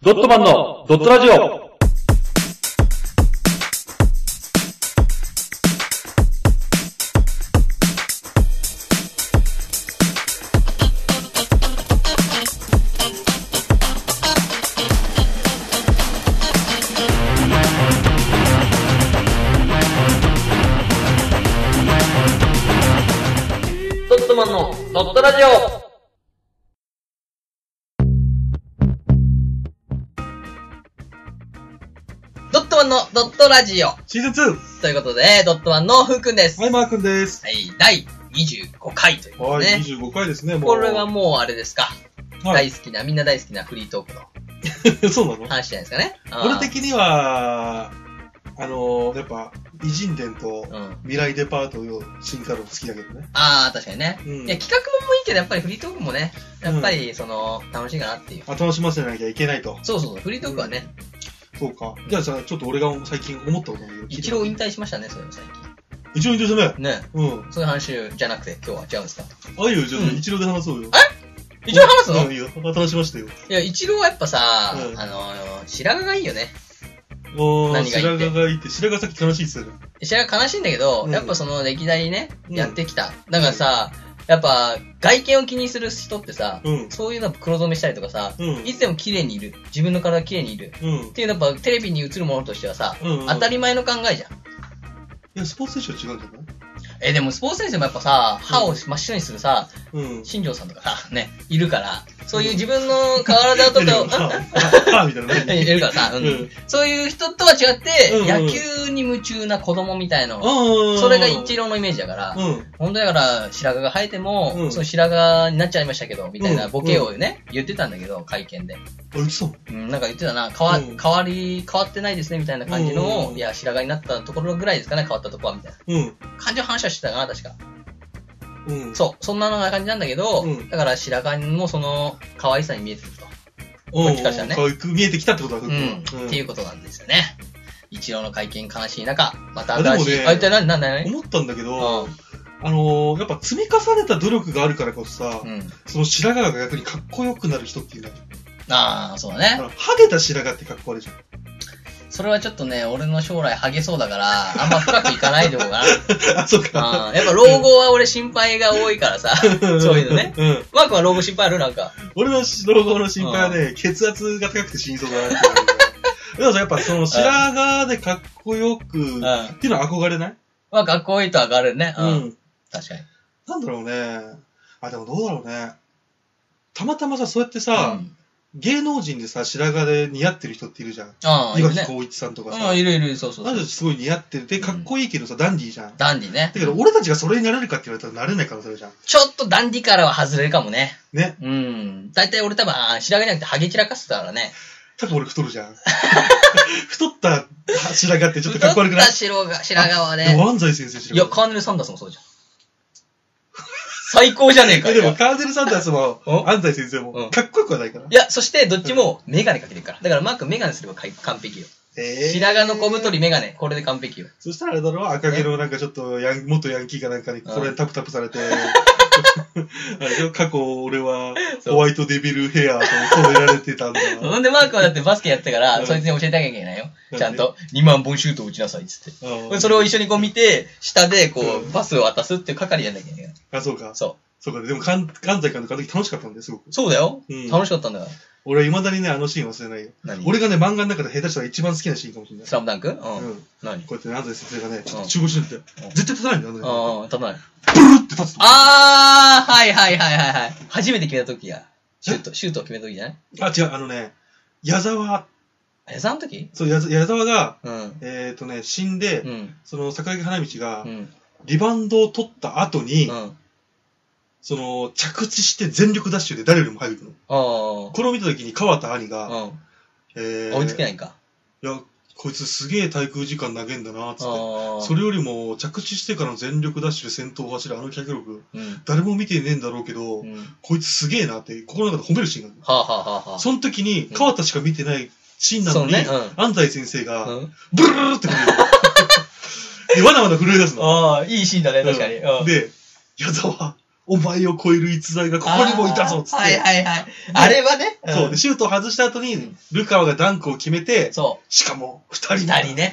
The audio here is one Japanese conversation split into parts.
ドットマンのドットラジオドットマンのドットラジオドットマンのドットラジオシーズンということで、ドットマンのふうくんです。 2! は、はいマー君です。い、第25回ということはい、でね。 25回ですね、もう。これはもうあれですか、はい、大好きな、みんな大好きなフリートークの そうなの話じゃないですかね。俺的には、あのー、やっぱ、偉人伝とうん。うん未来デパートを進化論好きだけどね。あー、確かにね。うんいや、企画ももいいけど、やっぱりフリートークもね、やっぱり、その、楽しいかなっていう。後楽しませなきゃいけないと。そうそうそう、フリートークはね、そうか。じゃあさ、ちょっと俺が最近思ったことなんだけど。一郎引退しましたね、それも最一郎一郎じゃない。近。ね。うん。そういう話じゃなくて、今日は違うんですかああいう、じゃあうん一郎で話そうよ。一郎話すの、うん、いいよ。後楽しましたよ。いや、一郎はやっぱさ、うんあの、白髪がいいよね。おー、何が言白っ髪てがいいって、白髪さっき悲しいっすよね。白髪悲しいんだけど、うんやっぱその歴代ね、うんやってきた。だからさ、やっぱ外見を気にする人ってさ、うん。そういうの黒染めしたりとかさ、うん。いつでも綺麗にいる。自分の体綺麗にいる。うんっ。ていうのはやっぱテレビに映るものとしてはさ、うんうん当たり前の考えじゃん。いや、スポーツ選手は違うんじゃないえ、でもスポーツ選手もやっぱさ、歯を真っ白にするさ、うん。新庄さんとかさ、ね、いるから、そういう自分の体とかを、ははみたいな何。 いるからさ、うんうんそういう人とは違って、うんうん野球に夢中な子供みたいな、うん。それが一郎のイメージだから、うん。本当だから白髪が生えても、うんその白髪になっちゃいましたけど、みたいなうんボケをね、言ってたんだけど、会見で。あ、うそ。うん、なんか言ってたな、変わ、うん変わり、変わってないですね、みたいな感じの、うんいや、白髪になったところぐらいですかね、変わったとこは、みたいうん。な感じの話はしてたかな、確か。うん。そう、そんなような感じなんだけど、うんだから白髪もその、可愛さに見えてくると。うん。さっきからしたね可愛く見えてきたってことだ、うん、っていうことなんですよね。一郎の会見悲しい中、またあでも新ねしい。あ、一体何、何、何思ったんだけど、うあのー、やっぱ積み重ねた努力があるからこそさ、ん。うん。その白髪が逆にかっこよくなる人っていうのは、ああ、そうだあね。の、ハゲた白髪ってかっこ悪いじゃん。それはちょっとね、俺の将来ハゲそうだから、あんま深くいかないでおこ うか あ、そうか。な。うん。やっぱ老後は俺心配が多いからさ、そういうのね。うん。マークは老後心配あるなんか。俺の老後の心配はね、血圧が高くて死にそうだな って思うでもさ、やっぱその白髪でかっこよく、うん。っまていうのは憧れないあ、かっこいいと上がるね。うん。ん。確かに。なんだろうね。あ、でもどうだろうね。たまたまさ、そうやってさ、うん。芸能人でさ、白髪で似合ってる人っているじゃん。ああ、い岩る城ね。光一さんとかさ。うん、いるいる、そうそうあそのう。人すごい似合ってる。で、かっこいいけどさ、ダンディーじゃん。だダンディね。けど、俺たちがそれになれるかって言われたらなれないからそれじゃん。ちょっとダンディからは外れるかもね。ね。うん。大体俺多分、あー白髪じゃなくてハゲ散らかすからね。多分俺太るじゃ ん。太った白髪ってちょっとかっこ悪くな太っいた白髪白髪はでね。も安西先生い白や、髪。カーネル・サンダースもそうじゃん。最高じゃねえ かえでも、よ。カーネル・サンダースもう、ん安西先生うも、んかっこよくはないからい。や、そしてどっちもメガネかけてるから。だからマークメガネすればかい完璧よ。えー白髪の小太りメガネ、これで完璧よ。そしたらあれだろ赤毛のなんかちょっとヤン、元ヤンキーかなんかにこれタプタプされ て、あれでしょ過去俺はそうホワイトデビルヘアと染められてたんだ。ほんでマークはだってバスケやってたかうら、んそいつに教えてあげなきゃいけないよ。うんちゃんと2万本シュート打ちなさいっつって。うんそれを一緒 にこう見て、下でこうう、んパスを渡すっていう係やんなきゃいけないから。あ、そうか。そそうか。でも、関関西監督あの時楽しかったんだよ、すごくう。。そうだようん。楽しかったんだから。俺は未だにね、あのシーン忘れないよ。何俺がね、漫画の中で下手したら一番好きなシーンかもしれないス。ラムダンクう。うんん。何こうやってね、安西先生がね、ちょっうんと集合しなくて、絶対立たないんだよ、安西先ああ、立たない。生。ブルって立つと。あー、はいはいはいはいはい。初めて決めた時や。シュート、シュートを決めた時じゃないあ、違う、あのね、矢沢、え、その時そう、矢沢矢沢が、うん。えっとね、死んで、うん。その、坂木花道がう、ん。リバウンドを取った後に、うん。その、着地して全力ダッシュで誰よりも早くの。あー。これを見た時に川田兄うが、ん。えー、追いつけい。ないんか。や、こいつすげえ滞空時間投げんだな、つあって。ー。それよりも、着地してからの全力ダッシュで先頭を走るあの脚力、うん。誰も見てねえんだろうけど、うん。はこいつすげえなって、心の中で褒めるシーンがあるあはあはあはあ。その時に、うん川田しか見てないシーンなのに、そうねう安西先生が、うん。ブルルルルっ て震える。で、わなわな震え出すの。あー、いいシーンだね、確かに。うんうん。で、矢沢、お前を超える逸材がここにもいたぞっつって。はいはいはい。あれはね。んそう。で、シュートを外した後に、ルカワがダンクを決めて、そしかも、う。二人。二人ね。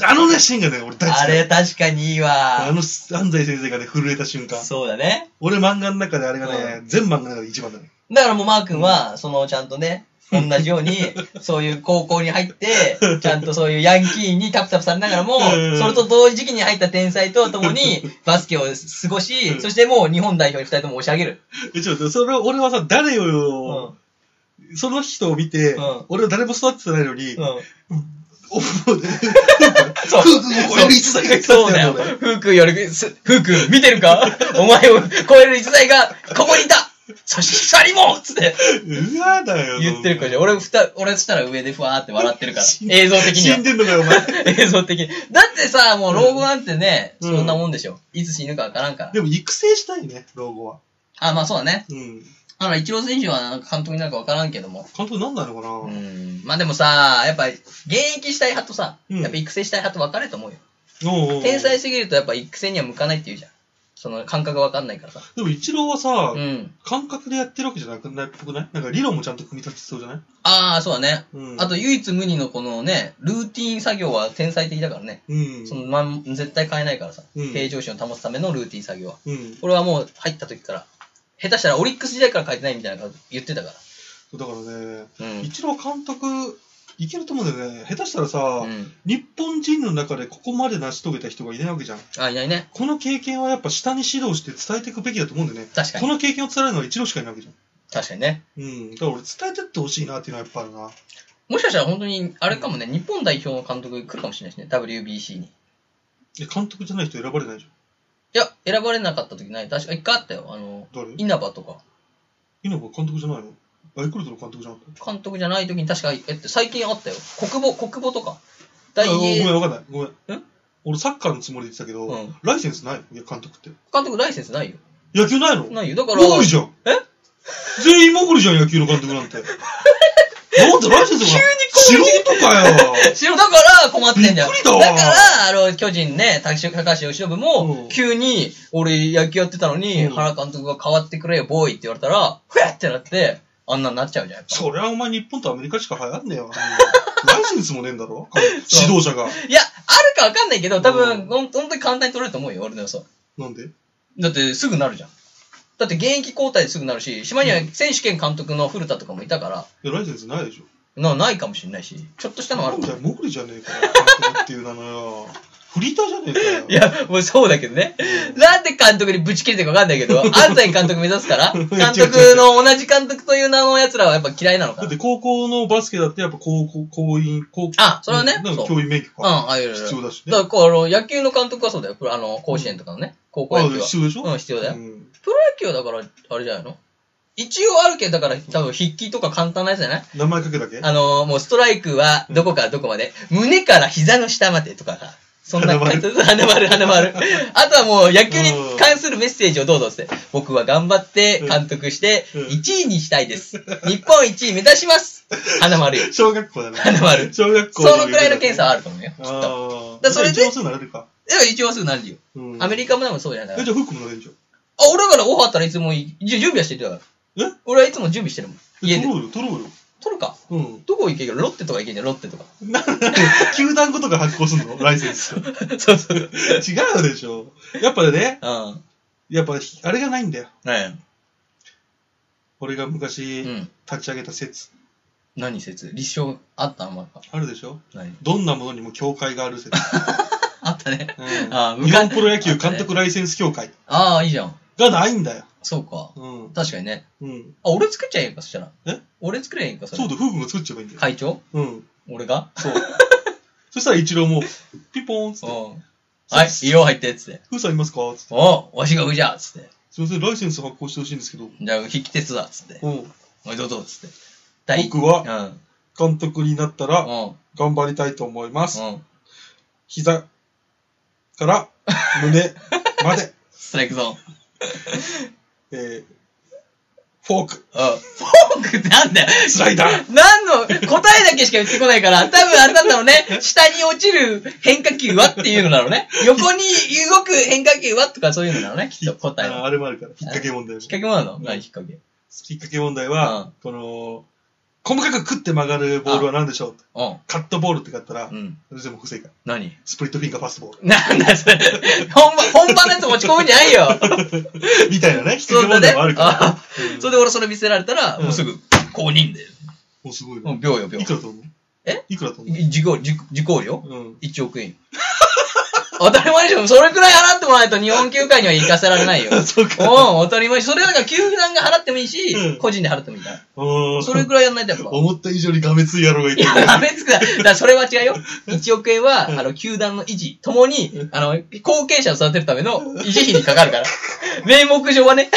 うあのね、シーンがね、俺大ん。好き。あれ確かにいいあわ。の、安西先生がね、震えた瞬間。そうだね。俺漫画の中であれがね、全漫画の中で一番だね。だからもうマー君は、そのちゃんとね、同じよう に、そういう高校に入って、ちゃんとそういうヤンキーにタプタプされながらも、うんそれと同時期に入った天才と共 にバスケを過ごし、そしてもう日本代表に二人とも押し上げる。え、ちょっと、それを俺はさ、誰をうん。うん。うんよ、その人を見て、うん俺は誰も育ってないのに、おもうね、そう。夫婦を超える逸材がいたそんうだだよよ。ね。フークより、すフーク、見てるかお前を超える逸材が、ここにいたそして二人もつってうわだよ。言ってるからじゃん。俺、ふた、俺したら上でふわーって笑ってるから。死ん映像的に死んは。でんのかよ、お前。映像的に。だってさ、もう老後なんてね、うんそんなもんでしょ。いつ死ぬかわからんから。でも育成したいね、老後は。あ、まあそうだね。うん。あの、一郎選手はなんか監督になるかわからんけども。監督なんなのかうな、ん。まあでもさ、やっぱ、現役したい派とさ、うんやっぱ育成したい派と分かれると思うよ。おうおう天才すぎるとやっぱ育成には向かないって言うじゃん。その感覚がわかんないからさ。でも一郎はさ、うん。感覚でやってるわけじゃなくないっぽくないなんか理論もちゃんと組み立ててそうじゃないああ、そうだね。うん。あと、唯一無二のこのね、ルーティン作業は天才的だからね。うん。そのまん絶対変えないからさ、うん平常心を保つためのルーティン作業は。うん。これはもう入った時から、下手したらオリックス時代から変えてないみたいなこと言ってたかだからね、ら。うん。一郎監督、いけると思うんだよね。下手したらさ、うん、日本人の中でここまで成し遂げた人がいないわけじゃん。あ、いないね。この経験はやっぱ下に指導して伝えていくべきだと思うんだよね。確かこに。の経験を伝えるのは一郎しかいないわけじゃん。確かにね。うん。だから俺伝えてってほしいなっていうのはやっぱあるな。もしかしたら本当に、あれかもね、日本代表の監督来るかもしれないしね、WBC に。いえ、監督じゃない人選ばれないじや、選ばれなかった時ない。確か、一回あったよ。あの、ゃん。誰稲葉とか、稲葉監督じゃないのヤクルトの監督じゃなかった監督じゃない時に確か、えって最近あったよ。国母、国母とか。あ大ごめ英ん、わかんない。ごめえん。俺サッカーのつもりで言ってたけど、うんライセンスないいや、監督って。監督ライセンスないよ。野球ないのないよ。だから、モグリじゃん。え全員モグリじゃん、野球の監督な んて。なんてライセンスが急素人かよ。知らんだから困ってんだよ。びっくりだわから、あの、巨人ね、高橋高橋由伸うんも、急に、俺野球やってたのに、うん原監督が変わってくれよ、ボーイって言われたら、ふやってなって、あんなになっちゃうじゃん。やっぱそりゃお前日本とアメリカしか流行んねえよ。ライセンスもねえん だろ指導者が。いや、あるかわかんないけど、多う分、んほん本当に簡単に取れると思うよ、俺の予想。なんでだって、すぐなるじゃん。だって、現役交代ですぐなるし、島には選手権監督の古田とかもいたから、いやライセンスないでしょ。な、ないかもしれないし、ちょっとしたのはあなるんかじもゃ、。モグリじゃねえかよ。監督っていう名のよ。フリーターじゃねえかよ。いや、もうそうだけどね。なんで監督にぶち切れてるかわかんないけど、安西監督目指す から、監督の同じ監督という名の奴らはやっぱ嫌いなのかだっな。て高校のバスケだってやっぱ高校、高院、高あ、それはね、うんだかそらう。うん、教員免許か。ああいう。必要だしね。だからこう、あの、野球の監督はそうだよ。これあの、甲子園とかのね、高校あ野球は。必要でしょうん必要だよんプロ野球はだから、あれじゃないの一応あるけど、だから多分筆記とか簡単なやつじゃない名前かけだけあの、もうストライクはどこからどこまで、胸から膝の下までとかさ。そんな感じ。 花丸、花丸。 あとはもう野球に関するメッセージをどうぞっつって。僕は頑張って監督してうん1位にしたいです。日本1位目指します。花 丸よ。小学校だね。花丸小学校そのくらいの検査あはあると思うよ。きっと。だああ。からそれで一応そうなれるか。でも一応すぐなるよ。うんアメリカも多分そうじゃないから。え、じゃあ、フックもなれるじゃん。あ、俺からオファーあったらいつもいいじゅ準備はしてるだから。え俺はいつも準備してるもん。え家取で。ろうよ、取ろうよ。取るか。うん。 どこ行けるロッテとか行けんじゃん、ロッテとか。 な、な、球団ごとが発行するのライセンス。そうそう。違うでしょ。やっぱね、うん。やっぱ、あれがないんだよ。ね俺がえ。う昔、ん。立ち上げた説。何説立証あったあんまあるでしょ何どんなものにも協会がある説。 あったね。うんあ日本昔プロ野球監督ライセンス協会ああ、いいじゃん。がないんだよ。そうか。うん。確かにね。うん。あ、俺作っちゃえばいいか、そしたら。え俺作ればいいか、そそれう。だ、フックも作っちゃえばいいんだよ。会長うん。俺がそう。そしたら一郎も、ピポーンっつうっんて、。はい、色入って、つって。フーさんいますかつって、おうわしが上じゃつって。すいません、ライセンス発行してほしいんですけど、じゃあ、筆記鉄だ、つって。うん。おい、どうぞ、つって。僕うはん。うん。監督になったらうん。頑張りたいと思います。膝から胸まで、 ストライクゾーン。えー、フォーク、うん。フォークなんだよ。スライダー。何の、答えだけしか言ってこないから、多分あれなんだろうね。下に落ちる変化球はっていうのだろうね。横に動く変化球はとかそういうのだろうね。きっと答えあは。あれもあるから、引っ掛け問題も。引っ掛けもなのうん何引っ掛け。引っ掛け問題うはん、この、細かく食って曲がるボールは何でしょううカットボールって書いたら、ん。うん。全部不正解。何スプリットフィンガーパスボール。 なんだそれ。本番、本番のやつ持ち込むんじゃないよ。みたいなね、引っそ掛うだねけ問題もある。かあら。うんそれで俺それ見せられたら、うんもうすぐ、公認で。もうすごいねもう秒よ秒い。くらと思うえいくらと思う受講、受受講料うん。 1億円。当たり前でしょ。それくらい払ってもらないと日本球界には行かせられないよ。そう かうん、当たり前。それはだから球団が払ってもいいし、うん個人で払ってもいいから。おーそれくらいやんないとやっ ぱ。思った以上にがめつい野郎がいいてるや、。ダメつくだ。だからそれは違うよ。1億円は、うんあの、球団の維持、ともに、あの、後継者を育てるための維持費にかかる から。名目上はね。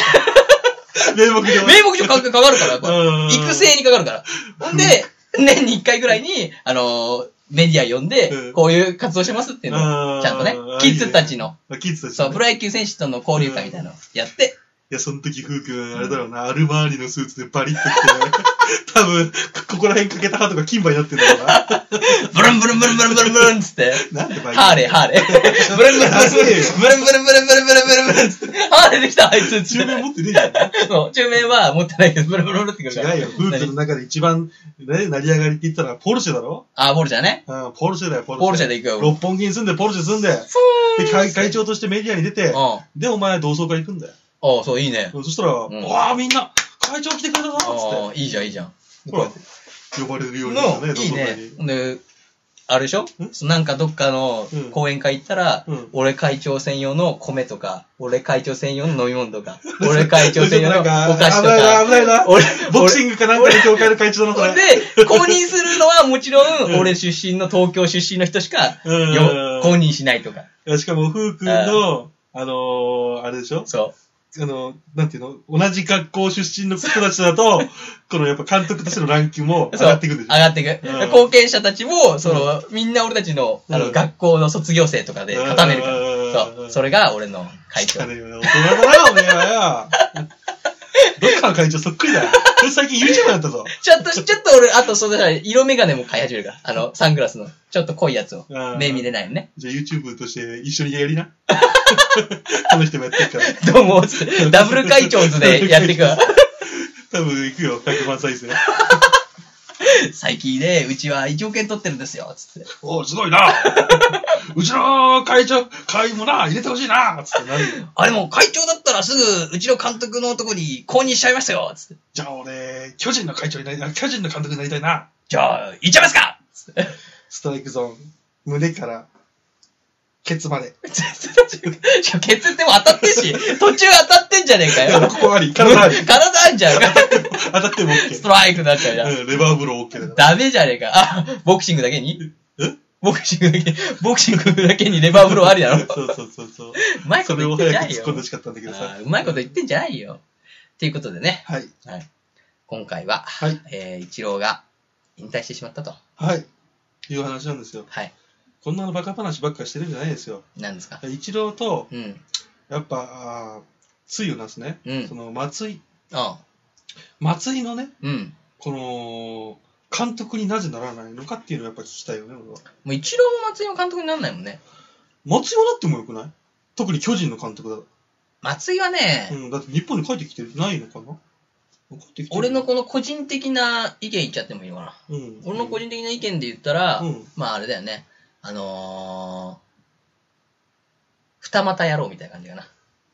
名目上。名目上かかかかるから、こうんれ。育成にかかるから。ほんで、年に1回ぐらいに、あのーメディア呼んうで、んこういう活動してますっていうのうを、んちゃんとねうん、キッズたちの、あキッズたちね。そう、プロ野球選手との交流会みたいなのをやって、いや、その時、ふうくん、あれだろうな、アルマーニのスーツでバリッと 来て、多分、ここら辺かけた歯とか金歯になってんだろうな。ブルンブルンブルンブルンブルンブルンっつって、なんでバリハーレー、ハーレー。 ブルンブルンブルンブルンブルンブルンブルンブルンブルンブルンブルンっつって、ハーレーできた、あいつっつ中っ面て。持ってねえじゃん。そう、中面は持ってないけど、ブルンブルンブルンってくるから。違うよ。フークの中で一番、ね、成り上がりって言ったら、ポルシェだろあ、ボルじゃね。うん、ポルシェだよ、ポルシェ。ボルじゃで行くよ。六本木に住んで、ポルシェ住んで、で会会長としてメディアに出て、うん。で、お前同窓会行くんだよ。おそう、いいね。そしたら、わんあみんな、会長来てくれたぞおつっいいじゃん、いいじゃん。て、ほら、呼ばれるようになったの、ね、同いい窓ね会に。。で、あれでしょそなんかどっかのうん講演会行ったら、うん俺会長専用の米とか、俺会長専用の飲み物と か、俺会長専用のおなん菓子と危ないな、か。危ないな。俺、ボクシングかなんかの協会の会長だな、こ俺れ。で、公認するのはもちろうんん、俺出身の東京出身の人しか、うんよ公認しないとか。いやしかも、ふうくんの、あのー、あれでしょそあの、なんていうの同じ学校出身の人たち だと、このやっぱ監督としてのランキングもう。上そうがっていくんでしょ上がっていく。うん貢献者たちも、その、みんな俺たちの、あうの、ん学校の卒業生とかで固めるからうん。そう。それが俺の会長あ。れよ、大人だな、おめえはよ。どっかの会長そっくりだよ。これ最近 YouTube になったぞ。ちょっと、ちょっと俺、あと、その、色眼鏡も買い始めるから。あの、サングラスの、ちょっと濃いやつをう。ん目見れないよね。じゃあ YouTube として一緒にやりな。 この人もやってるから。どうも、つ ってダブル会長図でやっていくわ。多分行くよ、100万再生。最近ね、うちは1億円取ってるんですよ、つって。おうすごいな。うちの会長、会員もな、入れてほしいな。つってなるよ。あれもう会長だったらすぐ、うちの監督のとこに公認しちゃいましたよ、つって。じゃあ俺、巨人の会長になりたい、巨人の監督になりたいな。じゃあ、行っちゃいますか つって。ストライクゾーン、胸から、ケツまで。しかもケツっても当たってんし、途中当たってんじゃねえかよ。ここあり、体あり。体あんじ ゃん。当たっても OK。ストライクになっちゃうじゃん。うん、レバーブロー OK だかダメじゃねえか。あ、ボクシングだけにえボクシングだけ、ボクシングだけにレバーブローありなら。のうそうそうそうそう。まいこそとれ言をってんじゃ早なくい突っよ込ん。でほしかったんだけどあさ。ーうまいこと言ってんじゃないよ。ということでね、はい。はい、今回は、はい。えー、一郎が引退してしまったと。はい。いう話なんですよ。はい。こんなのバカ話ばっかしてるんじゃないですよ。なんですか。一郎と、うん。やっぱ、あーついをなすね。うんその、松井。あ松井のね、うん。この、監督になぜならないのかっていうのをやっぱ聞きたいよね、俺は。もう一郎も松井も監督にならないもんね。松井はだってもよくない特に巨人の監督だ松井はね、うん、だって日本に帰ってきてないのかな帰ってきてる俺の、この個人的な意見言っちゃってもいいのかな。うん、俺の個人的な意見で言ったら、うんまああれだよね、あのー、二股野郎みたいな感じかな。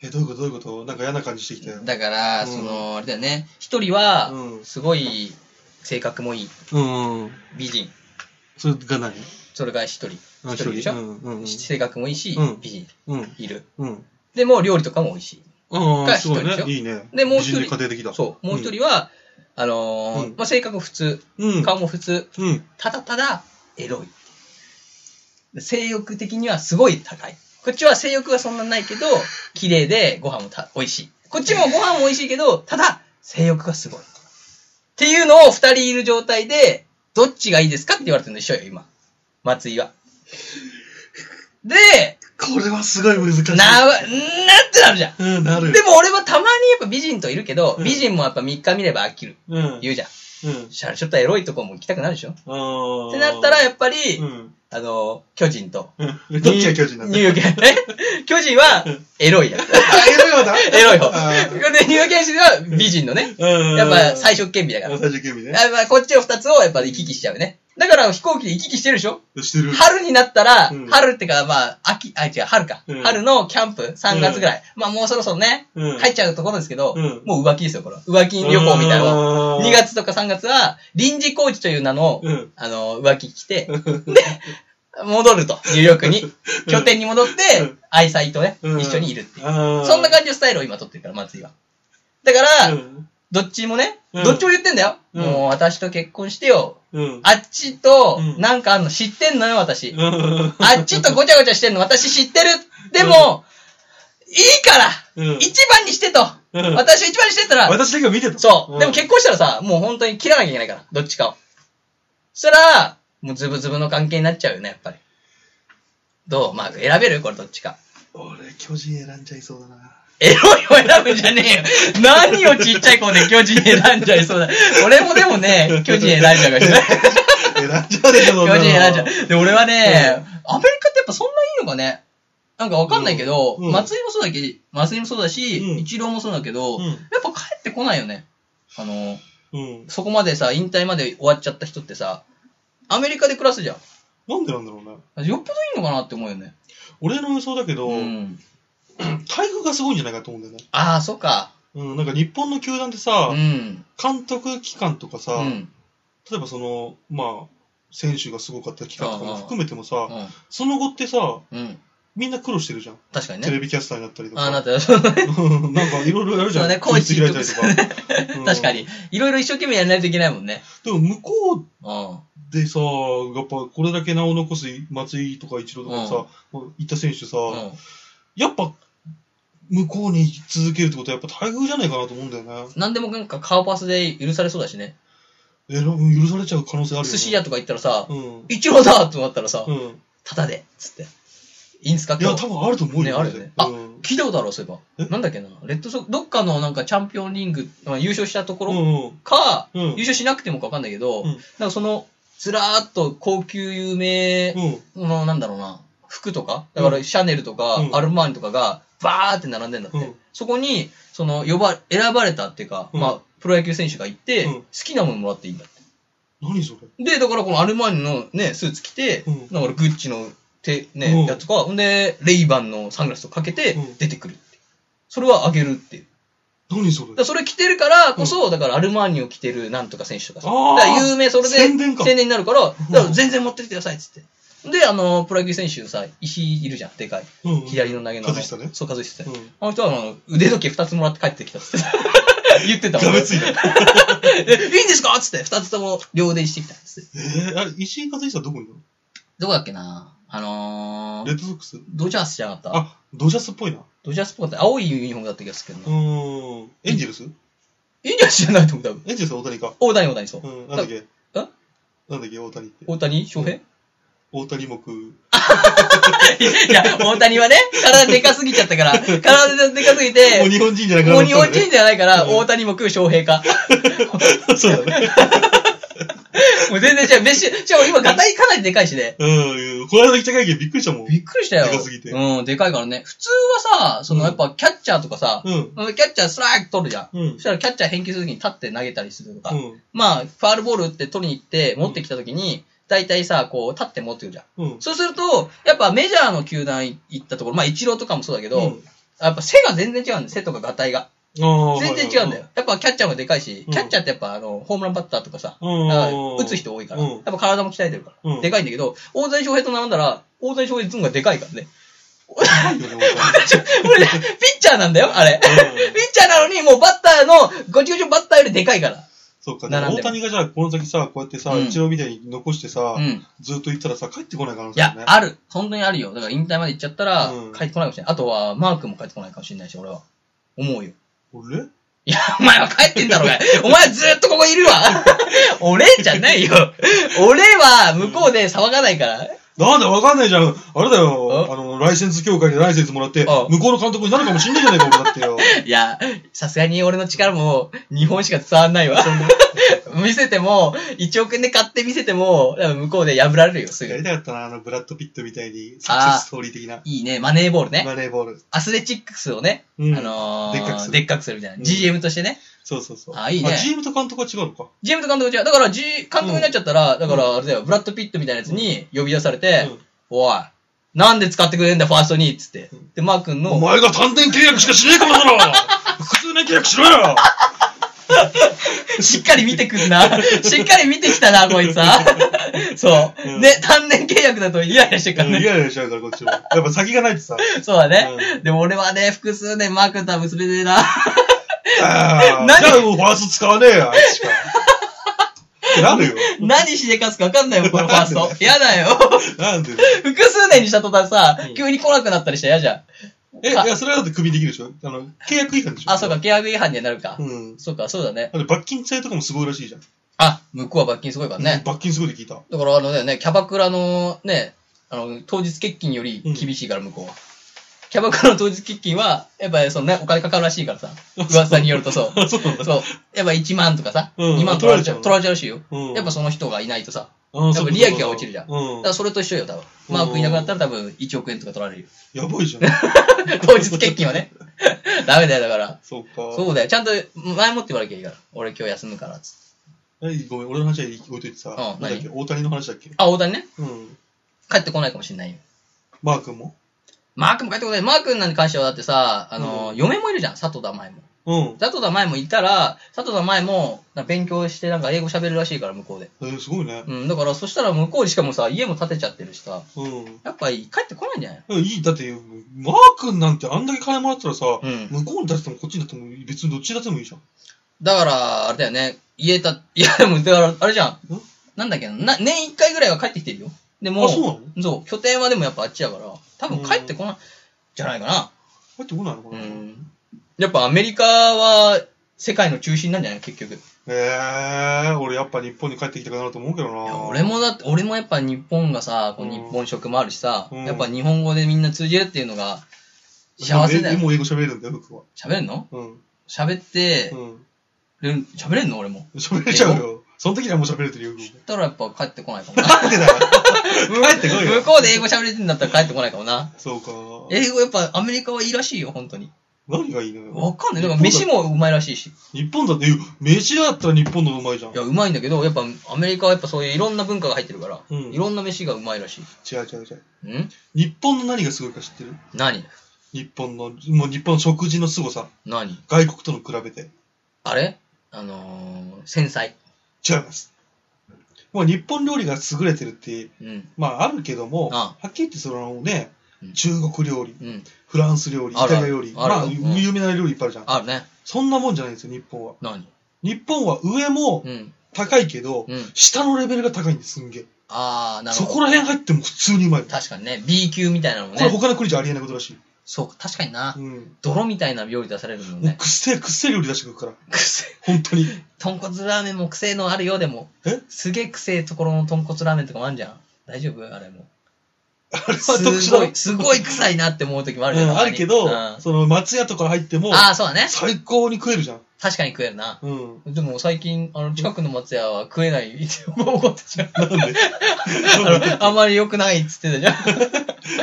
え、どういうことどういうことなんか嫌な感じしてきたよ。だから、うんその、あれだよね、一人はう、んすごい性格もいい、うん。美人。それが何それが一人。あ一人でしうょ、んうん性格もいいし、うん美人うん。いる。うん。で、もう料理とかも美味しい。あがあ、一人すごでいしょね。いいね。でもう一人美人で家庭的だ。そう。もう一人は、あのーうんまあ、性格普通、うん。顔も普通、うん。ただただエロい。性欲的にはすごい高い。こっちは性欲はそんなないけど、綺麗でご飯もた美味しい。こっちもご飯も美味しいけど、ただ性欲がすごい。っていうのを二人いる状態で、どっちがいいですかって言われてるの一緒よ、今。松井は。で、これはすごい難しい。 な、なんてなるじゃん。うん、なる。でも俺はたまにやっぱ美人といるけど、うん美人もやっぱ3日見れば飽きる。うん。うん。言うじゃん。そしたらちょっとエロいとこも行きたくなるでしょっああ。てなったら、やっぱり、うん。あの、巨人と。うん。どっちが巨人なんだニューヨーク。え 巨人はうん、エロいやつ。あ、 エロい方だ エロい方。あーで、ニューヨーク人は美人のね。うん。やっぱ最初懸命だから。あ最初興味ね。あまあこっちを二つをやっぱ行き来しちゃうね。だから飛行機で行き来してるでしょしてる。春になったら、うん春ってか、まあ、秋、あ、違う、春か。うん春のキャンプ、3月ぐらい。まあ、もうそろそろね、うん帰っちゃうところですけど、うんもう浮気ですよ、これ。浮気旅行みたいな。な2。月とか3月は、臨時コーチという名の、うん。あの、浮気来て、戻ると、ニューヨークに。拠点に戻ってうん、愛妻とね、うん一緒にいるっていう。あーそんな感じのスタイルを今撮ってるから、松井は。だから、うんどっちもね、うんどっちも言ってんだよ。うんもう私と結婚してよ。うん。あっちとう、んなんかあんの知ってんのよ、私。うん あっちとごちゃごちゃしてんの私知ってる。でも、いいから、うん一番にしてと。うん私を一番にしてったら、私だけが見てた。そう。んでも結婚したらさ、もう本当に切らなきゃいけないから、どっちかを。そしたら、もうズブズブの関係になっちゃうよね、やっぱり。どうまあ、選べるこれどっちか。俺、巨人選んじゃいそうだな。エロいを選ぶんじゃねえよ。何をちっちゃい子で巨人選んじゃいそうだ。俺もでもね、巨人選んじゃうかもしれない。選んじゃうでしょ、そ 巨んなの人選んじゃう。で、俺はね、アメリカってやっぱそんないいのかね。なんかわかんないけど、うんうん松井もそうだけ松井もそうだし、うん一郎もそうだけど、うんやっぱ帰ってこないよね。あの、うん。そこまでさ、引退まで終わっちゃった人ってさ、アメリカで暮らすじゃん。なんでなんだろうな。よっぽどいいのかなって思うよね。俺の予想だけど、うん。体育がすごいんじゃないかと思うんだよね。ああ、そっか。うん、なんか日本の球団ってうさ、ん。監督期間とかさ、うん。例えばその、まあ、選手がすごかった期間とかも含めてもうさ、ん。その後ってさ、うん。みんな苦労してるじゃん。確かにテレね。ビキャスターになったりとああ、な か。んて、そうね。うん なんかいろいろやるじゃん。そうねコーチ開いたりとか。 うん確か。に。いろいろ一生懸命やらないといけないもんね。でも向こううん。でさ、やっぱこれだけ名を残す松井とか一郎とかさ、いった選手さ、うん。やっぱ向こうに続けるってことはやっぱ待遇じゃないかなと思うんだよね。なんでもなんか顔パスで許されそうだしね。えら許されちゃう可能性あるよ、ね。寿司屋とか行ったらさ、うん。一郎だってなったらさう、ん。タダで、つって。いいんすかい今や、日多。分あると思うよ。ねあるよねマあジでうん聞いたことあるわそういえば。えなんだっけな。レッドソックス、どっかのなんかチャンピオンリング、まあ優勝したとこうろんうん。か、うん優勝しなくてもかわかんないけど、うんなんかその、ずらーっと高級有名う、ん。その、なんだろうな、服とか、だからシャネルとか、うんアルマーニとかが、バーって並んでんだって。うんそこに、その、呼ば、選ばれたっていうか、うんまあ、プロ野球選手が行って、うん好きなものもらっていいんだって何それで、だからこのアルマーニのね、スーツ着て、うんだからグッチの手、ね、うんやつとか、ほんで、レイバンのサングラスとかけてうん出てくるって。それはあげるっていう。何そだかられそれ着てるからこそ、だからアルマーニを着てるなんとか選手とかさ。あーだから有名、それで宣伝かになるから、だから全然持ってきてくださいっつって。で、あの、プロ野球選手のさ、石いるじゃん、でかい。うん左の投げの。和久ねそう、和久うんね。あの人はあの腕時計2つもらって帰ってきたっ つって。言ってたもんがめついた。 えいいんですかっつって、2つとも両腕にしてきたっつって。えー、あ石井和久はどこにいるどこだっけなあののレー、ッドソックスドジャースじゃなかったあ、ドジャースっぽいな。ドジャースっぽかった。青いユニフォームだった気がするけうどな。ん。エンジェルスいいんじゃ知らないと思う、多分。エンジェルスは大谷か。大谷、大谷、そうう。ん。なんだっけだなんだっけ大谷って。大谷翔 平大谷木。いや、大谷はね、体でかすぎちゃ ったから、体でかすぎもうて、日本人じゃなくなもうっ日たんだ本ね人じゃないから、うん大谷も食う翔平か。 そうだね。もう全然違う。飯、しかも今、ガタイかなりでかいしね。うん。この間の記者会見びっくりしたもん。びっくりしたよ。でかすぎてうん、でかいからね。普通はさ、その、やっぱ、キャッチャーとかさ、うん。キャッチャーストライク取るじゃん。うんそし。たら、キャッチャー返球するときに立って投げたりするとかう、ん。まあ、ファールボールって取りに行って、持ってきたときに、大体さ、こう、立って持ってくるじゃん。うん。そうすると、やっぱメジャーの球団行ったところ、まあ、イチローとかもそうだけど、うんやっぱ背が全然違うんだよ、背とかガタイが。あー全然違うんだよ。。やっぱキャッチャーもでかいし、うんキャッチャーってやっぱあの、ホームランバッターとかさ、うんあの打つ人多いから、うんやっぱ体も鍛えてるから、うんでかいんだけど、大谷翔平と並んだら、大谷翔平ズンがでかいからね。 はいはいはいはい俺ね、ピッチャーなんだよ、あれ。ピッチャーなのに、もうバッターの、ごちごちバッターよりでかいから。そうか、で並んもでる大谷がじゃあ、この先さ、こうやってさ、うん一郎みたいに残してさう、ん。ずっと行ったらさ、帰ってこない可能い性あやるね、。ある。本当にあるよ。だから引退まで行っちゃったらう、ん帰ってこないかもしれない。あとは、マー君も帰ってこないかもしれないし、俺は。思うよ。俺いや、お前は帰ってんだろう が。お前はずっと ここいるわ。俺じゃないよ。俺は、向こうで騒がないから。なんだよわかんないじゃん。あれだよ。ああの、ライセンス協会でライセンスもらって、あ向こうの監督になるかもしんないじゃないか、俺だってよ。いや、さすがに俺の力も日本しか伝わんないわ。 見せても、1億円で買って見せても、多分向こうで破られるよ、すやぐり。たかったな、あの、ブラッド・ピットみたいに、サあークセスストーリー的な。いいね、マネーボールね。マネーボール。アスレチックスをね、うんあのー、でっかくするでっかくするみたいな。うん GM としてね。そうそうそう。あいいね GM と監督は違うのか。 GM と監督じゃ、だから、G、監督になっちゃったら、だからあれだよ、ブラッド・ピットみたいなやつに呼び出されて、うんおい、なんで使ってくれんだ、ファーストに、つってうん。で、マー君の、お前が単年契約しかしねえからだろ複数年契約しろよしっかり見てく んな。しっかり見てきたな、こいつは。そう。うんね、単年契約だとイライラしてるからうんイね。ライラしちゃうから、こっちも。やっぱ先がないってさ。そうだね。うでも俺はね、複数年マー君とは結べねえな。ああ、何じゃあもうファースト使わねえよ、あいつしか。ってなるよ。何しでかすか分かんないもん、このファースト。嫌だよ。なんで複数年にした途端さう、ん急に来なくなったりしたら嫌じゃん。え、いかや、それはだってクビできるでしょあの、契約違反でしょあ、そうか、。契約違反にはなるか。うん。そうか、そうだね。だって罰金制とかもすごいらしいじゃん。あ、向こうは罰金すごいからね。罰金すごいって聞いた。だからあのね、キャバクラのね、あの、当日欠勤より厳しいから、向こうは。キャバクラの当日欠勤は、やっぱりそのね、お金かかるらしいからさ。噂によるとそう。 あ、そうなんだ。そう。やっぱ1万とかさ、うん2万取られちゃう、取取らられちゃうらしいよ。うんやっぱその人がいないとさ。あやっぱ利益が落ちるじゃんだうんか。らそれと一緒よ、多分。マークいなくなったら多分1億円とか取られるよ。 やばいじゃん。当日欠勤はね。 ダメだよ、だから。そうか。そうだよ。ちゃんと前もって言わなきゃいいから。俺今日休むから、つって。何ごめん、俺の話は置いといてさ、うんなんだっけ、大谷の話だっけあ、大谷ね。うん。帰ってこないかもしれないよ。マー君もマー君も帰ってこない。マー君なんに関してはだってさ、あの、うん嫁もいるじゃん、佐藤田前も。うん。佐藤田前もいたら、佐藤田前もなんか勉強してなんか英語喋るらしいから、向こうで。えーすごいね。うん、だからそしたら向こうにしかもさ、家も建てちゃってるしさ、うん。やっぱり帰ってこないんじゃないうんいい、だって、マー君なんてあんだけ金もらったらさ、うん向こうに出してもこっちに出しても別にどっちに出してもいいじゃん。だから、あれだよね、家た、いやでも、だから、あれじゃん。なんだっけな、な年1回ぐらいは帰ってきてるよ。でも、あそうなのそう拠点はでもやっぱあっちやから、多分帰ってこない、じゃないかな。入ってこないのかうな、へん。やっぱアメリカは、世界の中心なんじゃない結局。いえー、俺やっぱ日本に帰ってきたかなと思うけどな。や俺もだって、俺もやっぱ日本がさ、こううん日本食もあるしさ、うんやっぱ日本語でみんな通じるっていうのが、幸せだでよ。も英語喋れるんだよ、僕は。喋んのうん。喋ってう、ん。れん喋れんの俺も。喋れちゃうよ。その時にはもう喋れてるよ、僕。だからやっぱ帰ってこないかもな。なんでだよ。帰ってこいよ向こうで英語喋れてんだったら帰ってこないかもな。そうか。英語やっぱアメリカはいいらしいよ、本当に。何がいいのよ。わかんない。なんか飯もうまいらしいし。日本だって、え飯だったら日本の方がうまいじゃん。いや、うまいんだけど、やっぱアメリカはやっぱそういういろんな文化が入ってるから、うんいろんな飯がうまいらしい。違う違う違う。ん日本の何がすごいか知ってる何日本の、もう日本の食事の凄さ。何外国との比べて。あれあのー、繊細。違います。まあ、日本料理が優れてるって、うん。まあ、あるけども、あはっきり言ってそのねうん、中国料理、うん。フランス料理、イあるあタるリア料理、あるまあ、うん有名な料理いっぱいあるじゃん。あるね。そんなもんじゃないんですよ、日本は。何日本は上もうん。高いけど、うん下のレベルが高いんです、すんげえ。あー、なるそほど。こら辺入っても普通にうまい。こ確かにね、B 級みたいなのもれね。他の国じゃありえないことらしい。そうか、確かになう。ん。泥みたいな料理出されるもんもうね。くっせえ、くっせえ料理出してくるから。くせえ。本 当に。豚骨ラーメンもくせえのあるよ、でも。えすげえくせえところの豚骨ラーメンとかもあるじゃん。大丈夫あれも。あれはす特殊だごろい、すごい臭いなって思う時もあるじゃん。うん、あるけど、たまにその松屋とか入ってうもん、ああ、そうだね。最高に食えるじゃん。確かに食えるな。うん。でも最近、あの、近くの松屋は食えないって怒ってちゃう。なんでなんであの、あんまり良くないっつってた じゃん。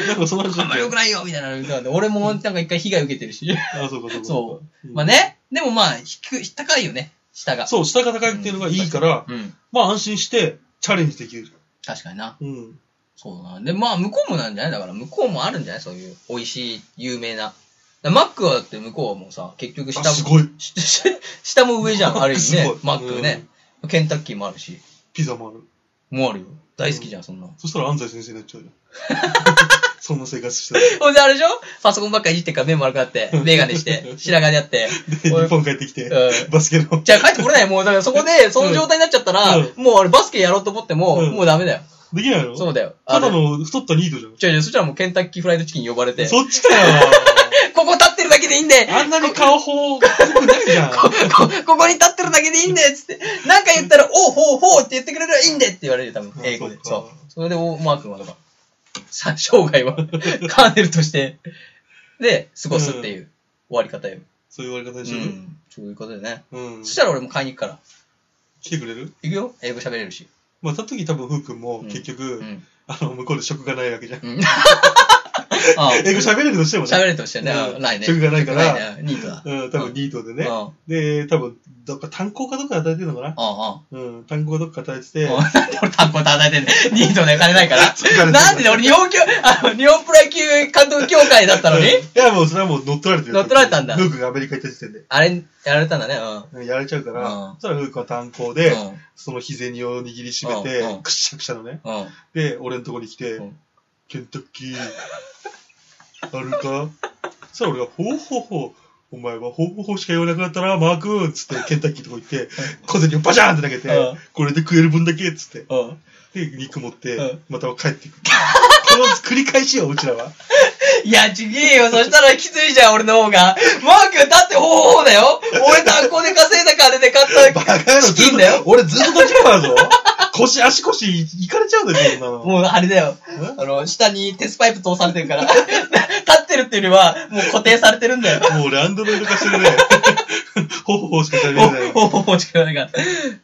なんかその話あんまり良くなないよみたいなの言ってたんで、俺もなんか一回被害受けてるし。あ、そうかそうか。そうう。んまあ。ね。でもまあ、低い、高いよね。下が。そう、下が高いっていうのがいいから、うん。まあ安心してチャレンジできるじ確かにな。ゃん。うん。そうだな。で、まあ、向こうもなんじゃないだから、向こうもあるんじゃないそういう、美味しい、有名な。だからマックはだって向こうもさ、結局下あすごいも、しし 下も上じゃ ん、ある意味すねごい。マックね。ケンタッキーもあるし。ピザもある。もうあるよ。大好きじゃん、そんなの。そしたら安西先生になっちゃうじゃん。 そんな生活してたほんであれでしょパソコンばっかりいじってっから目も悪くなって、メガネして、白髪でやって。ら。俺 で、日本帰ってきてう、バスケの。じゃあ帰ってこれない、もう。だからそこで、その状態になっちゃったら、うもうあれバスケやろうと思っても、うんもうダメだよ。できないのそうだよ。あただの、の太ったニートじゃ違う違う、そしたらもうケンタッキーフライドチキン呼ばれて、ん。こそっちかよ。 こ立ってるだけでいいんで、あんなに顔方が濃くないじゃん。ここここに立ってるだけでいいんだよっつって、なんか言ったら、おうほうほうって言ってくれればいいんでって言われるよ、多分、あ英語で。そうそかう。それで、おマー君はだから、さ生涯 はカーネルとして、で、過ごすっていう終わり方よ。そういう終わり方うでしょ、ん。そういうことでね。うんそしたら俺も買いに行くから。来てくれる行くよ英語喋れるし。まあ、その時多分、ふうくんも結局、うん。あの、向こうで職がないわけじゃん。うん。 ああ英語喋れるとしてもね。喋れてほしいよね。うんないね。職がないからないねニートだ。うん、多分ニートでうん。ね。あで、多分、どっか炭鉱かどっか与えてるのかなあ、うん、炭鉱かどっか与えてうん。 て、なんで俺単語叩いてんねんニートで金ないから。れなんでね俺日本教、あの、日本プロ野球監督協会だったのにうんいや、もうそれはもう乗っ取られてる。乗っ取られたんだフークがアメリカ行った時点で。あれ、やられたんだね。うん。やられちゃうから、うんそしたらフークは炭鉱うで、ん。その日銭を握りしめて、うんうんくしゃくしゃのね。うん。で、俺のとこに来て、うんケンタッキー、あるかそしたら俺が、ほうほうほう、お前はほうほうほうしか言わなくなったな、マー君っつって、ケンタッキーのとこ行って、小銭をバシャーンって投げて、うんこれで食える分だけっつって、うん。で、肉持って、うんまた帰ってくる。 この繰り返しよ、うちらは。いや、ちげえよ。そしたらきついじゃん、俺の方が。マー君、だって方法だよ。俺、炭鉱で稼いだ金で買バっ カ野郎、たずチキンだっよ。と、俺ずっとこっちからだ ぞ。腰、足腰、いかれちゃうでしょ、そんなの。もう、あれだよ。あの、下に鉄パイプ通されてるから。 立ってるっていうよりは、もう固定されてるんだよ。もう俺アンドロイド化してる ね。ほうほうほうしか喋れ方ない。だか法方法しかないか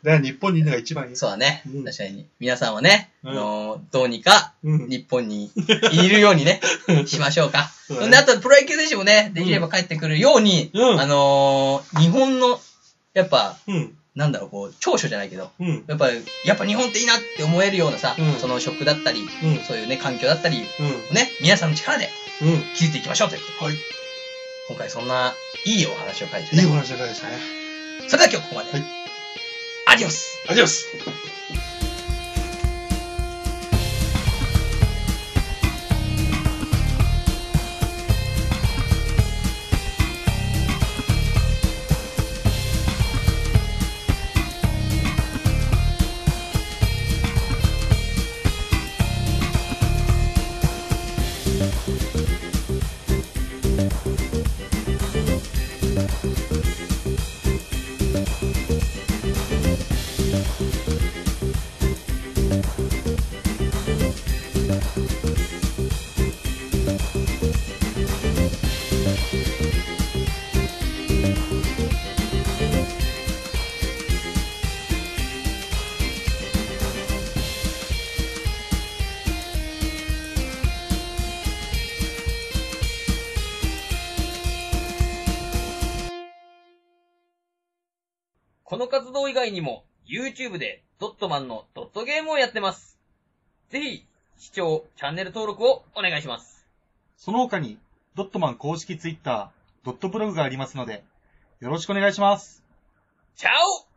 ら。ら日本にいるのが一番いい。そうだねう。ん確かに。皆さんはね、うんあの、どうにか、うん。日本にいるように ね、しましょうか。そうだねで、あと、プロ野球選手もね、できれば帰ってくるように、うんあのー日本の、やっぱ、うん。なんだろう、こう、長所じゃないけど、うん。やっぱ、やっぱ日本っていいなって思えるようなさ、うんその職だったり、うんそういうね、環境だったり、うん。ね、皆さんの力でうん。築いていきましょうということではい。今回そんな、いいお話を書いていいおね。話じゃないですかね。それでは今日ここまで。はいアディオスありがとうございます。この活動以外にも、YouTube でドットマンのドットゲームをやってます。ぜひ、視聴、チャンネル登録をお願いします。その他に、ドットマン公式ツイッター、ドットブログがありますので、よろしくお願いします。チャオ